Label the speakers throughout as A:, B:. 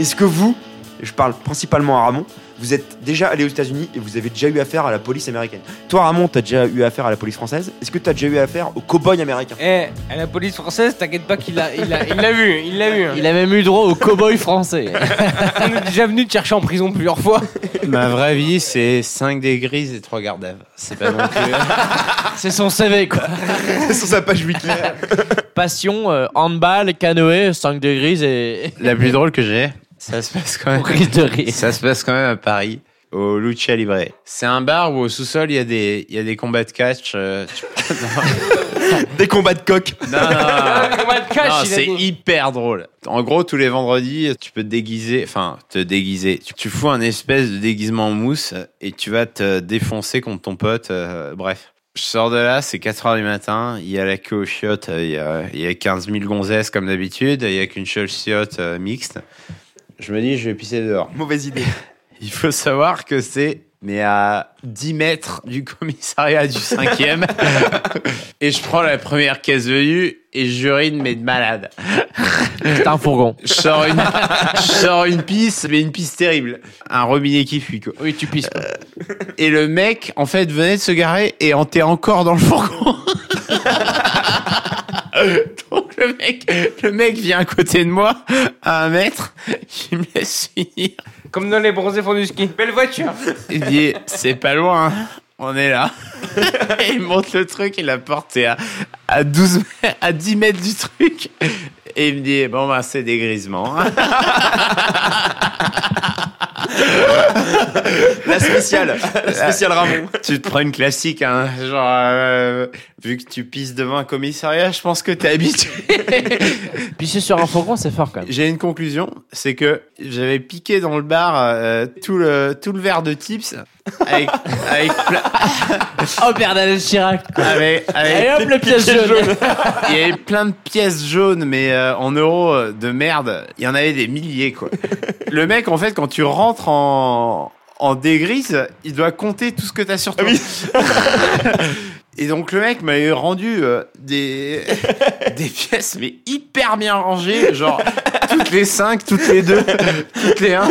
A: Est-ce que vous, et je parle principalement à Ramon, vous êtes déjà allé aux États-Unis et vous avez déjà eu affaire à la police américaine Toi, Ramon, t'as déjà eu affaire à la police française. Est-ce que t'as déjà eu affaire aux cow-boys américains
B: Eh, à la police française, t'inquiète pas qu'il l'a il l'a- il l'a vu, il l'a vu.
C: Il a même eu droit au cow-boy français.
B: On est déjà venu te chercher en prison plusieurs fois.
D: Ma vraie vie, c'est 5 des grises et 3 gardes à vue. C'est pas non plus.
C: C'est son CV, quoi.
A: Sur sa page wiki.
C: Passion, euh, handball, canoë, 5 degrés et.
D: La plus drôle que j'ai, ça se passe quand
C: On
D: même.
C: risque de rire.
D: Ça se passe quand même à Paris, au Lucha Libre. C'est un bar où au sous-sol, il y, a des- il y a des combats de catch. euh, tu-
A: Des combats de coq.
D: non, non, non, non.
B: Combien de
D: Ah. Non,
B: cash il a
D: c'est
B: dit
D: hyper drôle. En gros, tous les vendredis, tu peux te déguiser, enfin, te déguiser. Tu, tu fous un espèce de déguisement en mousse et tu vas te défoncer contre ton pote. euh, bref. Je sors de là, c'est 4 heures du matin, il y a la queue aux chiottes, euh, il y a, il y a 15 000 gonzesses comme d'habitude, il n'y a qu'une seule chiotte euh, mixte. Je me dis, je vais pisser dehors.
A: Mauvaise idée.
D: Il faut savoir que c'est mais à 10 mètres du commissariat du 5e. et je prends la première caisse venue et j'urine mais de malade.
C: C'est un fourgon.
D: Je sors une, je sors une pisse, mais une pisse terrible. Un robinet qui fuit quoi. Euh,
C: Oui, tu pisses. quoi.
D: Et le mec en fait venait de se garer et en était encore dans le fourgon. Donc le mec, le mec vient à côté de moi à un mètre, il me laisse finir.
B: Comme dans les bronzés font du ski. Belle voiture.
D: Il dit c'est pas loin, hein. on est là. Et il monte le truc, il la porte est à, à 12 mè- à 10 mètres du truc. Et il me dit bon bah c'est des grisements. hein.
A: La spéciale. La spéciale Ramon.
D: tu te prends une classique hein, genre euh, vu que tu pisses devant un commissariat, je pense que t'es habitué.
C: Pisser sur un fourgon, c'est fort quand même.
D: J'ai une conclusion, c'est que j'avais piqué dans le bar euh, tout le tout le verre de tips avec avec pla-
C: Oh, Bernadette Chirac.
D: avec, avec
C: Et hop, le pièce
D: pièces
C: jaune.
D: Il y avait plein de pièces jaunes, mais euh, en euros euh, de merde. Il y en avait des milliers, quoi. Le mec, en fait, quand tu rentres en, en dégrise, il doit compter tout ce que t'as sur toi. Et donc, le mec m'avait rendu euh, des, des pièces, mais hyper bien rangées. Genre, toutes les 5, toutes les 2, toutes les 1.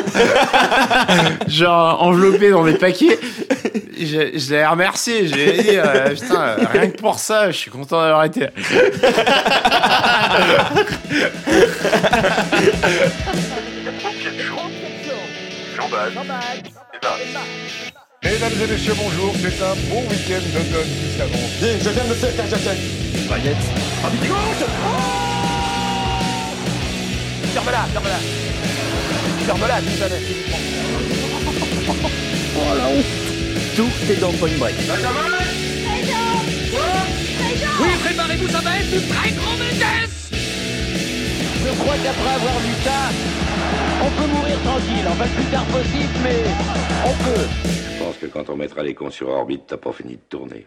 D: Genre, enveloppées dans des paquets. Je, je l'ai remercié. J'ai dit, euh, putain, euh, rien que pour ça, je suis content d'avoir été. là.
E: Mesdames et messieurs, bonjour, c'est un bon week-end d'automne qui s'avance.
F: Je pense que quand on mettra les cons sur orbite, t'as pas fini de tourner.